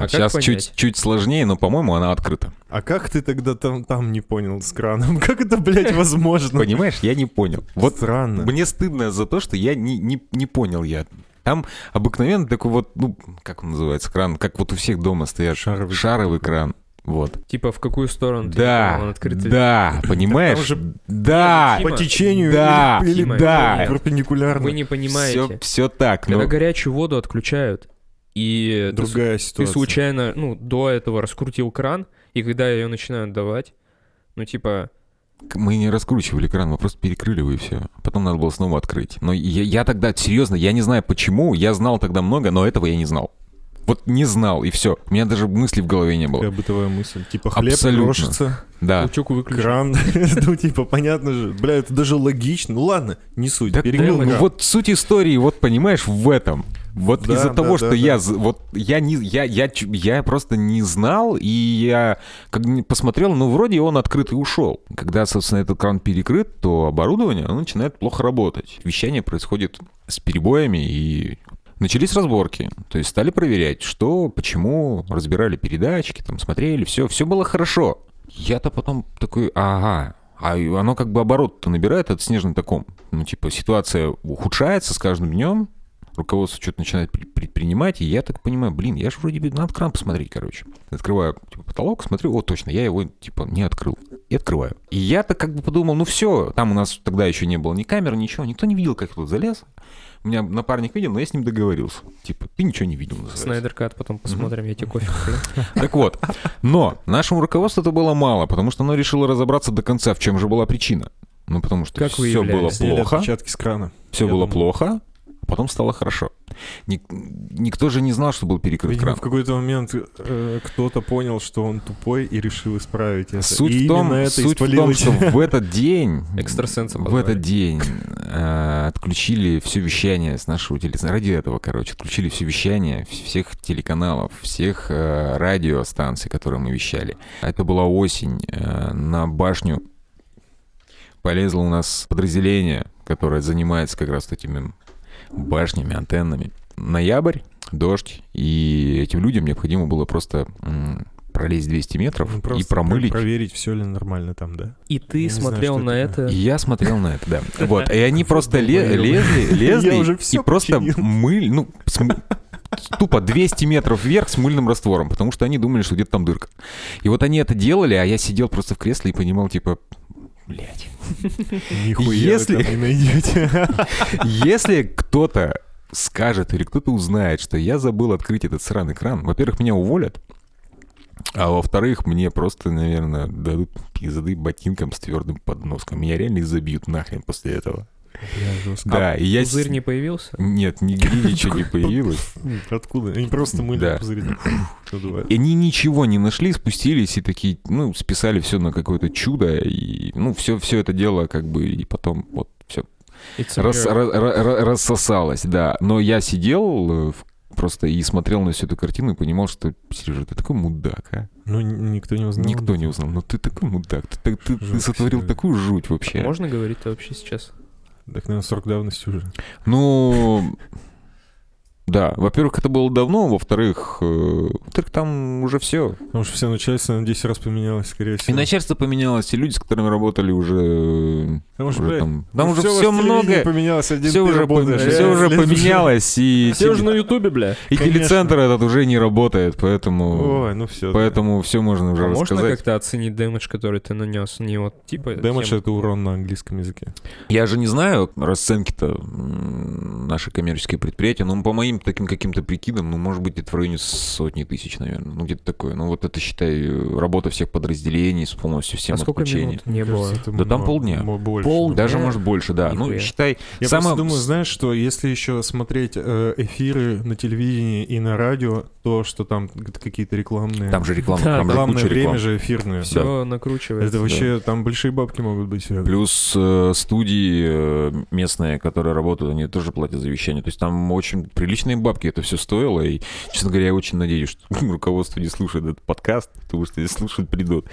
А как сейчас чуть, понять? чуть сложнее, но, по-моему, она открыта. А как ты тогда там, там не понял с краном? <laughs> Как это, блядь, <laughs> возможно? Понимаешь, я не понял. Вот Странно. <laughs> мне стыдно за то, что я не, не, не понял я. Там обыкновенно такой вот, ну, как он называется, кран, как вот у всех дома стоят. Шаровый. шаровый кран. Вот. Типа в какую сторону ты Да, ехал, он открыт или- да, понимаешь? же Да, Тима, По течению да, или, Тима, или да. перпендикулярно. Вы не понимаете. все, так. Когда ну, горячую воду отключают, и ты с- Другая ты ситуация. случайно, ну, до этого раскрутил кран, и когда ее начинают давать, ну, типа, мы не раскручивали кран, мы просто перекрыли его и все. Потом надо было снова открыть. Но я, я тогда, серьезно, я не знаю почему, я знал тогда много, но этого я не знал. Вот не знал, и все. У меня даже мысли в голове не было. Такая бытовая мысль. Типа хлеб Абсолютно. крошится, Да. лучок выключил. кран. <laughs> Ну, типа, понятно же. Бля, это даже логично. Ну, ладно, не суть. Так, Перегнул ну, кран. вот суть истории, вот понимаешь, в этом. Вот Да, из-за да, того, да, что да. я, з- вот я не, я, я, чу- я просто не знал, и я как не посмотрел, ну вроде он открыт и ушел. Когда, собственно, этот кран перекрыт, то оборудование оно начинает плохо работать. Вещание происходит с перебоями и Начались разборки, то есть стали проверять, что, почему, разбирали передатчики, там смотрели, все, все было хорошо. Я-то потом такой, ага, а и оно как бы оборот-то набирает от снежный таком. Ну, типа, ситуация ухудшается с каждым днем, руководство что-то начинает пре- предпринимать, и я так понимаю, блин, я же вроде бы надо кран посмотреть, короче. Открываю типа, потолок, смотрю, о, точно, я его, типа, не открыл. И открываю. И я-то как бы подумал, ну все, там у нас тогда еще не было ни камер, ничего, никто не видел, как я тут залез. У меня напарник видел, но я с ним договорился. Типа, ты ничего не видел, называется. Снайдер Кат потом посмотрим, я тебе кофе <laughs> куплю. Так вот, но нашему руководству это было мало, потому что оно решило разобраться до конца, в чем же была причина. Ну, потому что Как вы все было являлись? Сняли плохо, отпечатки с крана. все Я было думаю. плохо, а потом стало хорошо. Ник- никто же не знал, что был перекрыт Видимо, кран. в какой-то момент э, кто-то понял, что он тупой и решил исправить это. Суть, и в том, именно это суть в том, испалило <laughs> что в этот день, Экстрасенса в позвали. этот день э, отключили все вещание с нашего телевизора. Ради этого, короче, отключили все вещание вс- всех телеканалов, всех э, радиостанций, которые мы вещали. А Это была осень. э, на башню полезло у нас подразделение, которое занимается как раз этими башнями, антеннами. Ноябрь, дождь, и этим людям необходимо было просто м, пролезть 200 метров Ну, и просто промылить про- Проверить, все ли нормально там, да? И ты Я не знаю, смотрел что это на такое. это... и Я смотрел на <laughs> это, да. Вот. И они просто ле- Долбоёбы. лезли, лезли Я уже и всё просто починил. мыли, ну, с мы- тупо 200 метров вверх с мыльным раствором, потому что они думали, что где-то там дырка. И вот они это делали, а я сидел просто в кресле и понимал, типа, блядь. Нихуя Если- вы там <laughs> не найдете. Если кто-то скажет или кто-то узнает, что я забыл открыть этот сраный кран, во-первых, меня уволят, а во-вторых, мне просто, наверное, дадут пизды ботинком с твердым подноском. Меня реально забьют нахрен после этого. Да, и я... с- А Пузырь не появился? Нет, нигде ничего не появилось. Откуда? Они просто Да. мыли пузыри. так, надувают. И Они ничего не нашли, спустились и такие, ну, списали все на какое-то чудо. И, ну, все, все это дело как бы и потом вот все It's a Рас- miracle. ра- ра- ра- рассосалось, да. Но я сидел э, в- просто и смотрел на всю эту картину и понимал, что, Сережа, ты такой мудак, а? Ну, н- никто не узнал. Никто не узнал, но ты такой мудак, ты, так- ты- ты Жуть, сотворил Сережа. такую жуть вообще. Можно говорить-то вообще сейчас? Так, наверное, срок давности уже. Ну, да, во-первых, это было давно, во-вторых, э, во-вторых, там уже все. Потому что все начальство на 10 раз поменялось, скорее И всего. начальство поменялось, и люди, с которыми работали, уже... э, Потому что, уже блядь, там, там ну уже всё, у все вас телевидение много, поменялось, один все ты уже, работаешь, пом- я всё уже лезу. поменялось, и... Все уже на Ютубе, бля. И Конечно. телецентр этот уже не работает, поэтому... Ой, ну все. Поэтому все можно уже А можно рассказать. как-то оценить дэмэдж, который ты нанес? Не вот типа... Дэмэдж — тем- это урон на английском языке. Я же не знаю расценки-то м, наши коммерческие предприятия, но по моим каким-то таким каким-то прикидом, ну, может быть, где-то в районе сотни тысяч, наверное. Ну, где-то такое. Ну, вот это, считай, работа всех подразделений с полностью всем а сколько отключением. минут не было? Да там полдня. Пол- Пол... Даже, Э, может, больше, да. Ну, нихуя. считай, Я самое... просто думаю, знаешь, что если еще смотреть э, эфиры на телевидении и на радио, то, что там какие-то рекламные... Там же реклама, Э, Да, там же Рекламное куча время рекламы. же эфирное. Все накручивается. Это вообще, там большие бабки могут быть. э. Плюс э, студии э, местные, которые работают, они тоже платят за вещание. То есть там очень приличные бабки это все стоило. И, честно говоря, я очень надеюсь, что <laughs> руководство не слушает этот подкаст, потому что если слушают, придут.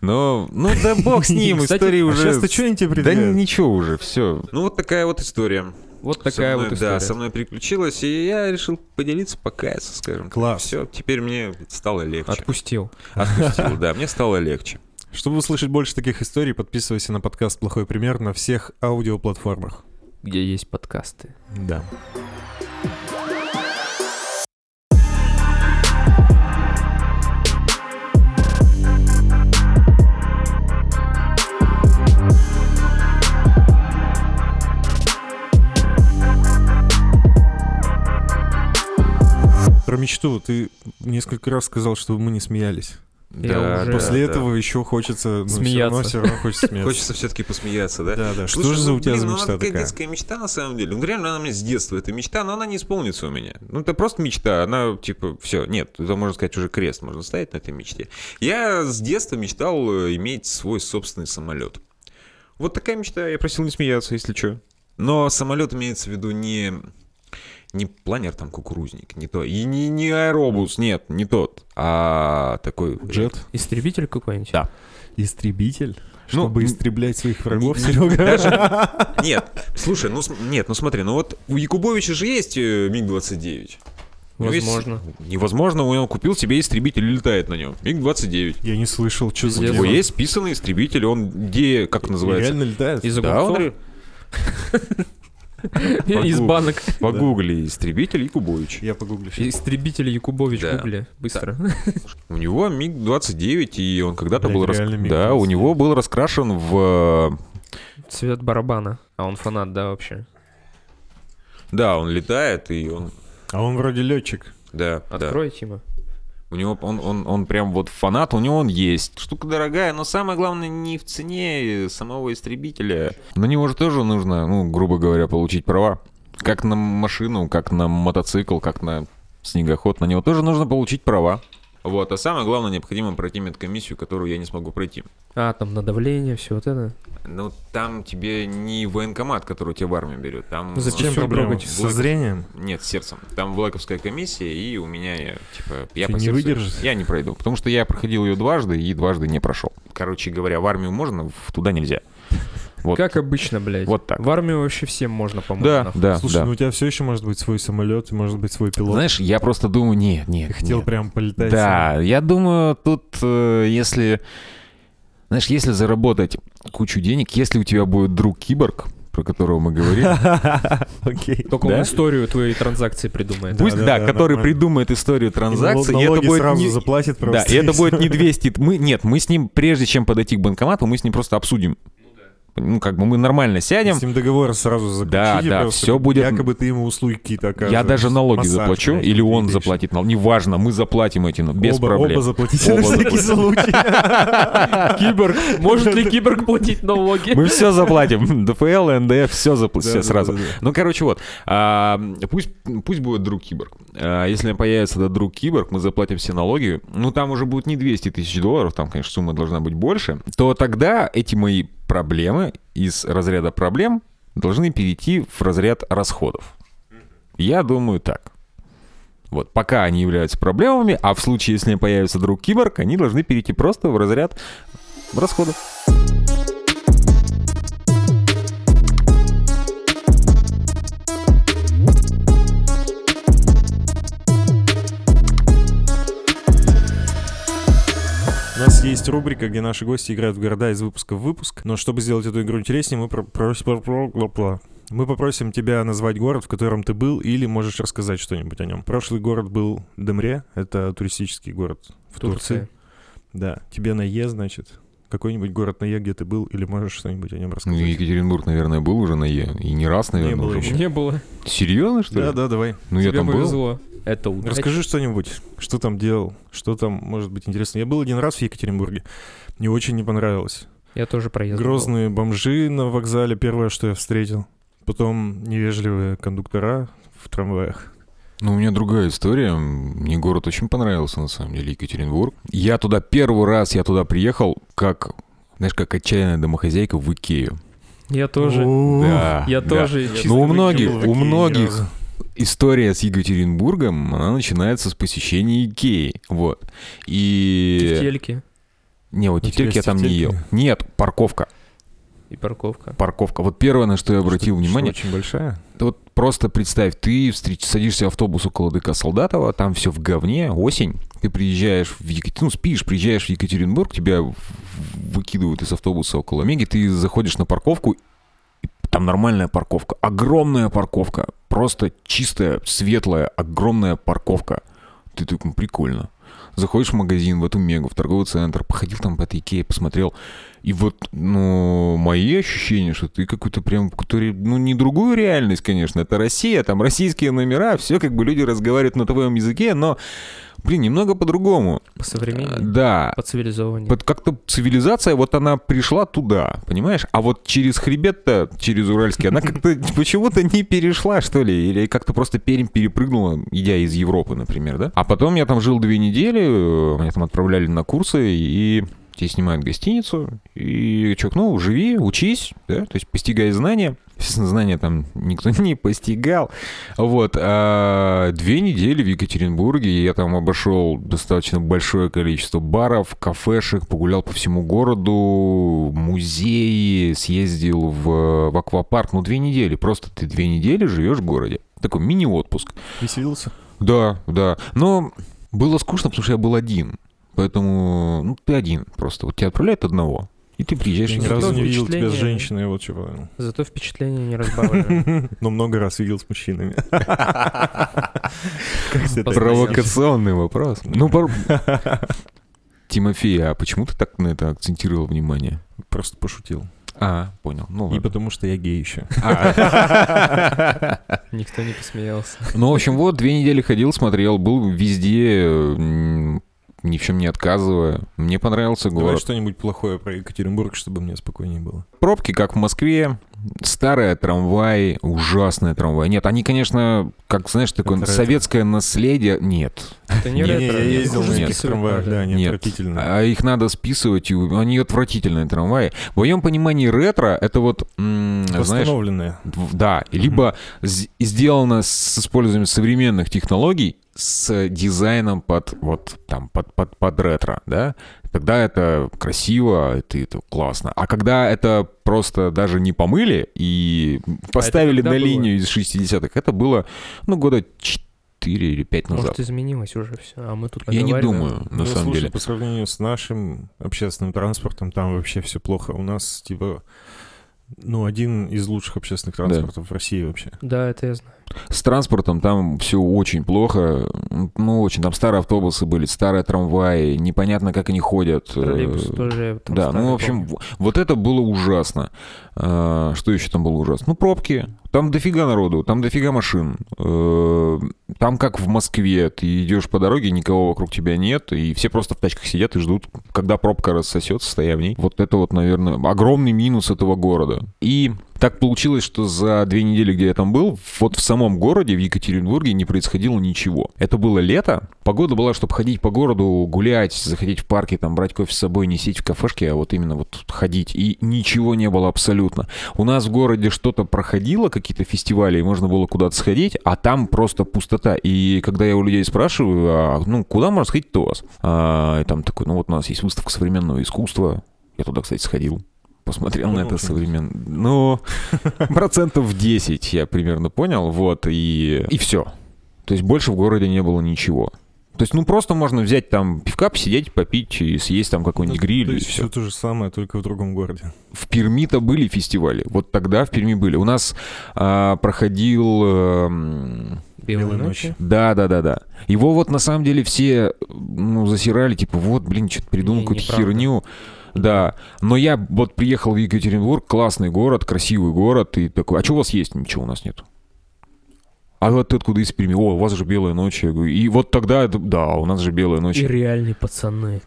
Но, ну да <laughs> бог с ним, Кстати, истории А уже... сейчас ты что они тебе Да предъявят? ни- ничего уже, все. Ну вот такая вот история. Вот Со такая мной, вот Да, со история. мной приключилось, и я решил поделиться, покаяться, скажем. Класс. Все, теперь мне <laughs> стало легче. Отпустил. Отпустил, да, мне стало легче. Чтобы услышать больше таких историй, подписывайся на подкаст «Плохой пример» на всех аудиоплатформах. Где есть подкасты. Да. Про мечту ты несколько раз сказал, что мы не смеялись. Я уже- После да. этого еще хочется ну, всё Смеяться. равно- всё равно хочется смеяться. Хочется все-таки посмеяться, да? Да, да. Что Слушай, же за ну, у тебя блин, за ну, мечта она такая такая? детская мечта, на самом деле. Ну, реально, она мне с детства, эта мечта, но она не исполнится у меня. Ну, это просто мечта, она, типа, все, нет, это, можно сказать, уже крест можно ставить на этой мечте. Я с детства мечтал э, иметь свой собственный самолет. Вот такая мечта, я просил не смеяться, если что. Но самолет имеется в виду не не планер там кукурузник, не то. И не, не аэробус, нет, не тот. А такой... Джет? Истребитель какой-нибудь? Да. Истребитель? Ну, Чтобы м- истреблять своих врагов, не- Серега? <laughs> Нет, слушай, ну см- нет, ну смотри, ну вот у Якубовича же есть э, МиГ-29. У него есть- <laughs> Возможно. Невозможно, он купил себе истребитель и летает на нем. МиГ-29. Я не слышал, что за У Пиздец. него Дело. есть списанный истребитель, он где, как называется? Реально летает? Из Да, он огурцов? ре- Из Погугли. банок. погугли истребитель Якубович. Я погуглю щас. Истребитель Якубович Да. гугли. <laughs> Быстро. У него МиГ-29, и он когда-то Блядь, был... рас- реально МиГ-29. Да, у него был раскрашен в... э, Цвет барабана. А он фанат, да, вообще? Да, он летает, и он... А он вроде летчик. Да, да. Открой, Тима. У него он, он, он прям вот фанат, у него он есть. Штука дорогая, но самое главное не в цене самого истребителя. На него же тоже нужно, ну, грубо говоря, получить права. Как на машину, как на мотоцикл, как на снегоход. На него тоже нужно получить права. Вот, а самое главное, необходимо пройти медкомиссию, которую я не смогу пройти. А, там на давление, все вот это. Ну, там тебе не военкомат, который тебя в армию берет. Там... Ну, зачем э, Чем проблема? Блэк- Со зрением? Нет, с сердцем. Там Блэковская комиссия, и у меня, я, типа, я Ты по не сердцу- выдержишь? Я не пройду, потому что я проходил ее дважды и дважды не прошел. Короче говоря, в армию можно, в- туда <laughs> нельзя. Вот. Как обычно, блядь. Вот так. В армию вообще всем можно помочь. Да, да, Слушай, да. ну у тебя все еще может быть свой самолет, может быть свой пилот. Знаешь, я просто думаю, нет, нет, Ты хотел нет. прям полетать. Да, я думаю, тут, э, если, знаешь, если заработать кучу денег, если у тебя будет друг киборг, про которого мы <laughs> говорили, <laughs> Окей. Только Да? он историю твоей транзакции придумает. Да, пусть, да, да, да, который нормально. придумает историю транзакции, и это Налоги будет сразу не- заплатит Да, просто. и это <laughs> будет не 200... Мы, нет, мы с ним, прежде чем подойти к банкомату, мы с ним просто обсудим. Ну, как бы мы нормально сядем. С ним договор сразу заключили. Да, да, просто. всё будет- Якобы ты ему услуги какие-то оказываешь. Я даже налоги Массаж, заплачу, блядь, или он какие-то ещё. заплатит налоги. Неважно, мы заплатим эти, но без оба, проблем. Оба заплатите на Оба всякий случай. Киборг. Может <laughs> ли киборг платить налоги? Мы все заплатим. <laughs> ДФЛ, НДФ, все Да, заплатим да, сразу. да, да. Ну, короче, вот. А, пусть, пусть будет друг киборг. А, если появится этот друг киборг, мы заплатим все налоги. Ну, там уже будет не 200 тысяч долларов, там, конечно, сумма должна быть больше. То тогда эти мои проблемы из разряда проблем должны перейти в разряд расходов. Я думаю так. Вот, пока они являются проблемами, а в случае, если появится друг киборг, они должны перейти просто в разряд расходов. У нас есть рубрика, где наши гости играют в города из выпуска в выпуск. Но чтобы сделать эту игру интереснее, мы про- прос- про- про- про- про- Мы попросим тебя назвать город, в котором ты был, или можешь рассказать что-нибудь о нем. Прошлый город был Демре, это туристический город в Турции. Турция. Да, тебе наезд, значит. Какой-нибудь город на Е, где ты был, или можешь что-нибудь о нем Ну, рассказать? Екатеринбург, наверное, был уже на Е. И не раз, наверное, было уже еще. был. Не было. Серьезно, что ли? Да, да, давай. Ну, я Тебе там был. повезло. Это удача. Расскажи что-нибудь, что там делал, что там может быть интересно. Я был один раз в Екатеринбурге, мне очень не понравилось. Я тоже проездом был. Грозные бомжи на вокзале первое, что я встретил. Потом невежливые кондуктора в трамваях. Ну, у меня другая история. Мне город очень понравился, на самом деле, Екатеринбург. Я туда первый раз, я туда приехал, как, знаешь, как отчаянная домохозяйка в Икею. Я тоже. Ух, да, Я да. Ну, тоже. чисто у выкинул. многих, в у Икее ни многих разу. История с Екатеринбургом, она начинается с посещения Икеи, вот. И в И... тельке, Не, вот тебя тефтельки я с там не ел. тефтельками? Нет, парковка, и парковка. парковка. Вот первое, на что я обратил Что- внимание, что очень большая. вот просто представь, ты встреч... садишься в автобус около ДК Солдатова, там все в говне, осень, ты приезжаешь в Екатеринбург, ну, спишь, приезжаешь в Екатеринбург, тебя в- выкидывают из автобуса около Меги, ты заходишь на парковку, и там нормальная парковка, огромная парковка, просто чистая, светлая, огромная парковка. Ты такой, «М, прикольно. Заходишь в магазин, в эту Мегу, в торговый центр, походил там по этой Икее, посмотрел, и вот, ну, мои ощущения, что ты какую-то прям, который, ну, не другую реальность, конечно, это Россия, там российские номера, все как бы люди разговаривают на твоем языке, но, блин, немного по-другому. По А, современному. Да, По цивилизованию. вот как-то цивилизация, вот она пришла туда, понимаешь? А вот через хребет-то, через Уральский, она как-то почему-то не перешла, что ли, или как-то просто Пермь перепрыгнула, идя из Европы, например, да? А потом я там жил две недели, э, меня там отправляли на курсы, и тебе снимают гостиницу, и чувак, ну, живи, учись, да, то есть постигай знания. <laughs> Естественно, знания там никто не постигал. Вот. а, две недели в Екатеринбурге я там обошел достаточно большое количество баров, кафешек, погулял по всему городу, музеи, съездил в, в аквапарк. Ну, две недели. Просто ты две недели живешь в городе. Такой мини-отпуск. Веселился? Да, да. Но было скучно, потому что я был один. Поэтому, ну, ты один просто. Вот тебя отправляют одного, и ты приезжаешь. Я ни на разу свободу. не видел тебя с впечатление. женщиной, вот чего. Зато впечатление не <laughs> разбавлено. <laughs> <laughs> Но много раз видел с мужчинами. Как тебе такое? Провокационный вопрос. Ну, <laughs> пор- Тимофей, а почему ты так на это акцентировал внимание? Просто пошутил. А, понял. Ну, И ладно. потому что я гей <laughs> еще. А. Никто не <laughs> посмеялся. Ну, в общем, вот, две недели ходил, смотрел, был везде, м, ни в чем не отказывая. Мне понравился Давай город. что-нибудь плохое про Екатеринбург, чтобы мне спокойнее было. Пробки, как в Москве, старая трамвай, ужасная трамвай. Нет, они, конечно, как, знаешь, такое Это ретро. советское наследие. Нет, Это не Не, ретро. не, я это ездил уже на этих списывают, надо. да, они Нет. отвратительные. А их надо списывать, и у- они отвратительные трамваи. В моем понимании ретро это вот, м, знаешь, Восстановленные. дв- да, либо с- сделано с использованием современных технологий с дизайном под вот там под под под ретро, да. Тогда это красиво, это, это классно. А когда это просто даже не помыли и поставили А когда на было? линию из 60-х, это было, ну, года 4 или 5 назад. Может, изменилось уже все, а мы тут Я не наговариваем. думаю, на Ну, самом слушай, деле. по сравнению с нашим общественным транспортом, там вообще все плохо. У нас, типа, ну, один из лучших общественных транспортов в России вообще. Да, это я знаю. С транспортом там все очень плохо. Ну, очень. Там старые автобусы были, старые трамваи. Непонятно, как они ходят. Троллейбусы Э, тоже там Да, ну, старые в общем, помню. в- вот это было ужасно. А, Что еще там было ужасно? Ну, пробки. Там дофига народу, там дофига машин. Э, Там как в Москве. Ты идешь по дороге, никого вокруг тебя нет, и все просто в тачках сидят и ждут, когда пробка рассосется, стоя в ней. Вот это вот, наверное, огромный минус этого города. И так получилось, что за две недели, где я там был, вот в самом городе, в Екатеринбурге, не происходило ничего. Это было лето, погода была, чтобы ходить по городу, гулять, заходить в парки, там, брать кофе с собой, не сидеть в кафешке, а вот именно вот ходить. И ничего не было абсолютно. У нас в городе что-то проходило, какие-то фестивали, и можно было куда-то сходить, а там просто пустота. И когда я у людей спрашиваю, «А, ну, куда можно сходить-то у вас? А, и там такой, ну, вот у нас есть выставка современного искусства. Я туда, кстати, сходил. Посмотрел на Понял, это что-нибудь? современно. <laughs> Ну, процентов 10 я примерно понял, вот, и, и все. То есть больше в городе не было ничего. То есть, ну, просто можно взять там пивка, посидеть, попить и съесть там какой-нибудь Ну, гриль. То и есть всё. все то же самое, только в другом городе. В Перми-то были фестивали. Вот тогда в Перми были. У нас а, проходил... эм, Белые Белые ночи. да, да, да, да. Его вот на самом деле все ну, засирали, типа, вот, блин, что-то придумал Не, какую-то неправда. херню. Да, но я вот приехал в Екатеринбург, классный город, красивый город, и такой, а что у вас есть? Ничего у нас нет. А вот ты откуда из Перми? О, у вас же белая ночь. Я говорю, и вот тогда, это- да, у нас же белая ночь. И реальные <laughs> пацаны.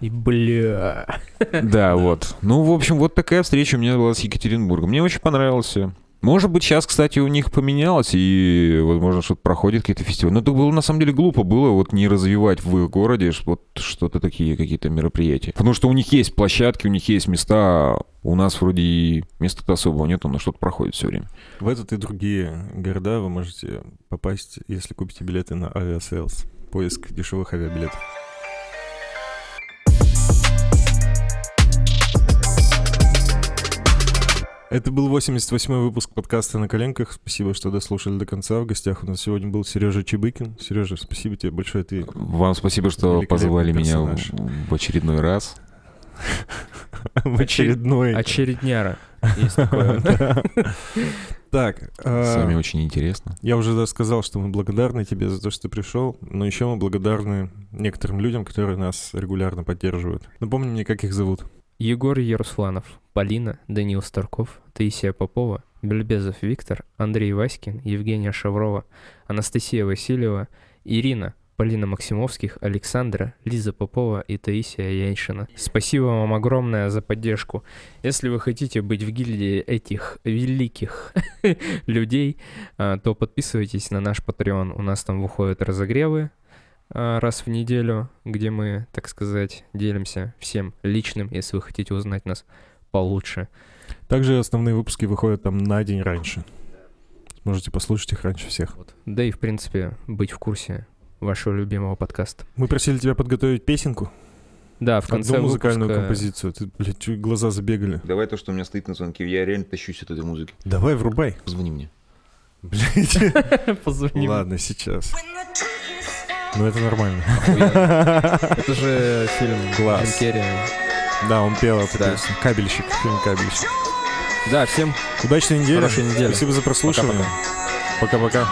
И бля. Да, вот. Ну, в общем, вот такая встреча у меня была с Екатеринбургом. Мне очень понравился. Может быть, сейчас, кстати, у них поменялось, и, возможно, что-то проходит, какие-то фестивали. Но это было, на самом деле, глупо было вот не развивать в их городе ш- вот что-то такие, какие-то мероприятия. Потому что у них есть площадки, у них есть места, а у нас вроде и места-то особого нету, но что-то проходит все время. В этот и другие города вы можете попасть, если купите билеты на авиасейлс. Поиск дешевых авиабилетов. Это был 88-й выпуск подкаста «На коленках». Спасибо, что дослушали до конца. В гостях у нас сегодня был Сережа Чебыкин. Сережа, спасибо тебе большое. Ты Вам спасибо, что Великолепный позвали меня в, персонаж. в очередной раз. в очередной... Очередняра. Есть <laughs> такое. Так, а, С вами очень интересно. Я уже даже сказал, что мы благодарны тебе за то, что ты пришел, но еще мы благодарны некоторым людям, которые нас регулярно поддерживают. Напомни мне, как их зовут. Егор Ярусланов, Полина, Даниил Старков, Таисия Попова, Бельбезов Виктор, Андрей Васькин, Евгения Шаврова, Анастасия Васильева, Ирина, Полина Максимовских, Александра, Лиза Попова и Таисия Яньшина. Спасибо вам огромное за поддержку. Если вы хотите быть в гильдии этих великих <laughs> людей, а, то подписывайтесь на наш Patreon. У нас там выходят разогревы, а, раз в неделю, где мы, так сказать, делимся всем личным, если вы хотите узнать нас получше. Также основные выпуски выходят там на день раньше. Можете послушать их раньше всех. Вот. Да и, в принципе, быть в курсе вашего любимого подкаста. Мы просили тебя подготовить песенку, Да, в конце одну музыкальную выпуска- композицию. Ты, блядь, чуть глаза забегали. Давай то, что у меня стоит на звонке. Я реально тащусь от этой музыки. Давай, врубай. Позвони мне. <laughs> Блядь. <laughs> Позвоним. Ладно, сейчас. Ну это нормально. Это же фильм Класс. Джим Керри. <laughs> Да, он пел эту Да. песню. Кабельщик, фильм «Кабельщик». Да, всем Удачной недели. Хорошей недели. Спасибо за прослушивание. Пока-пока.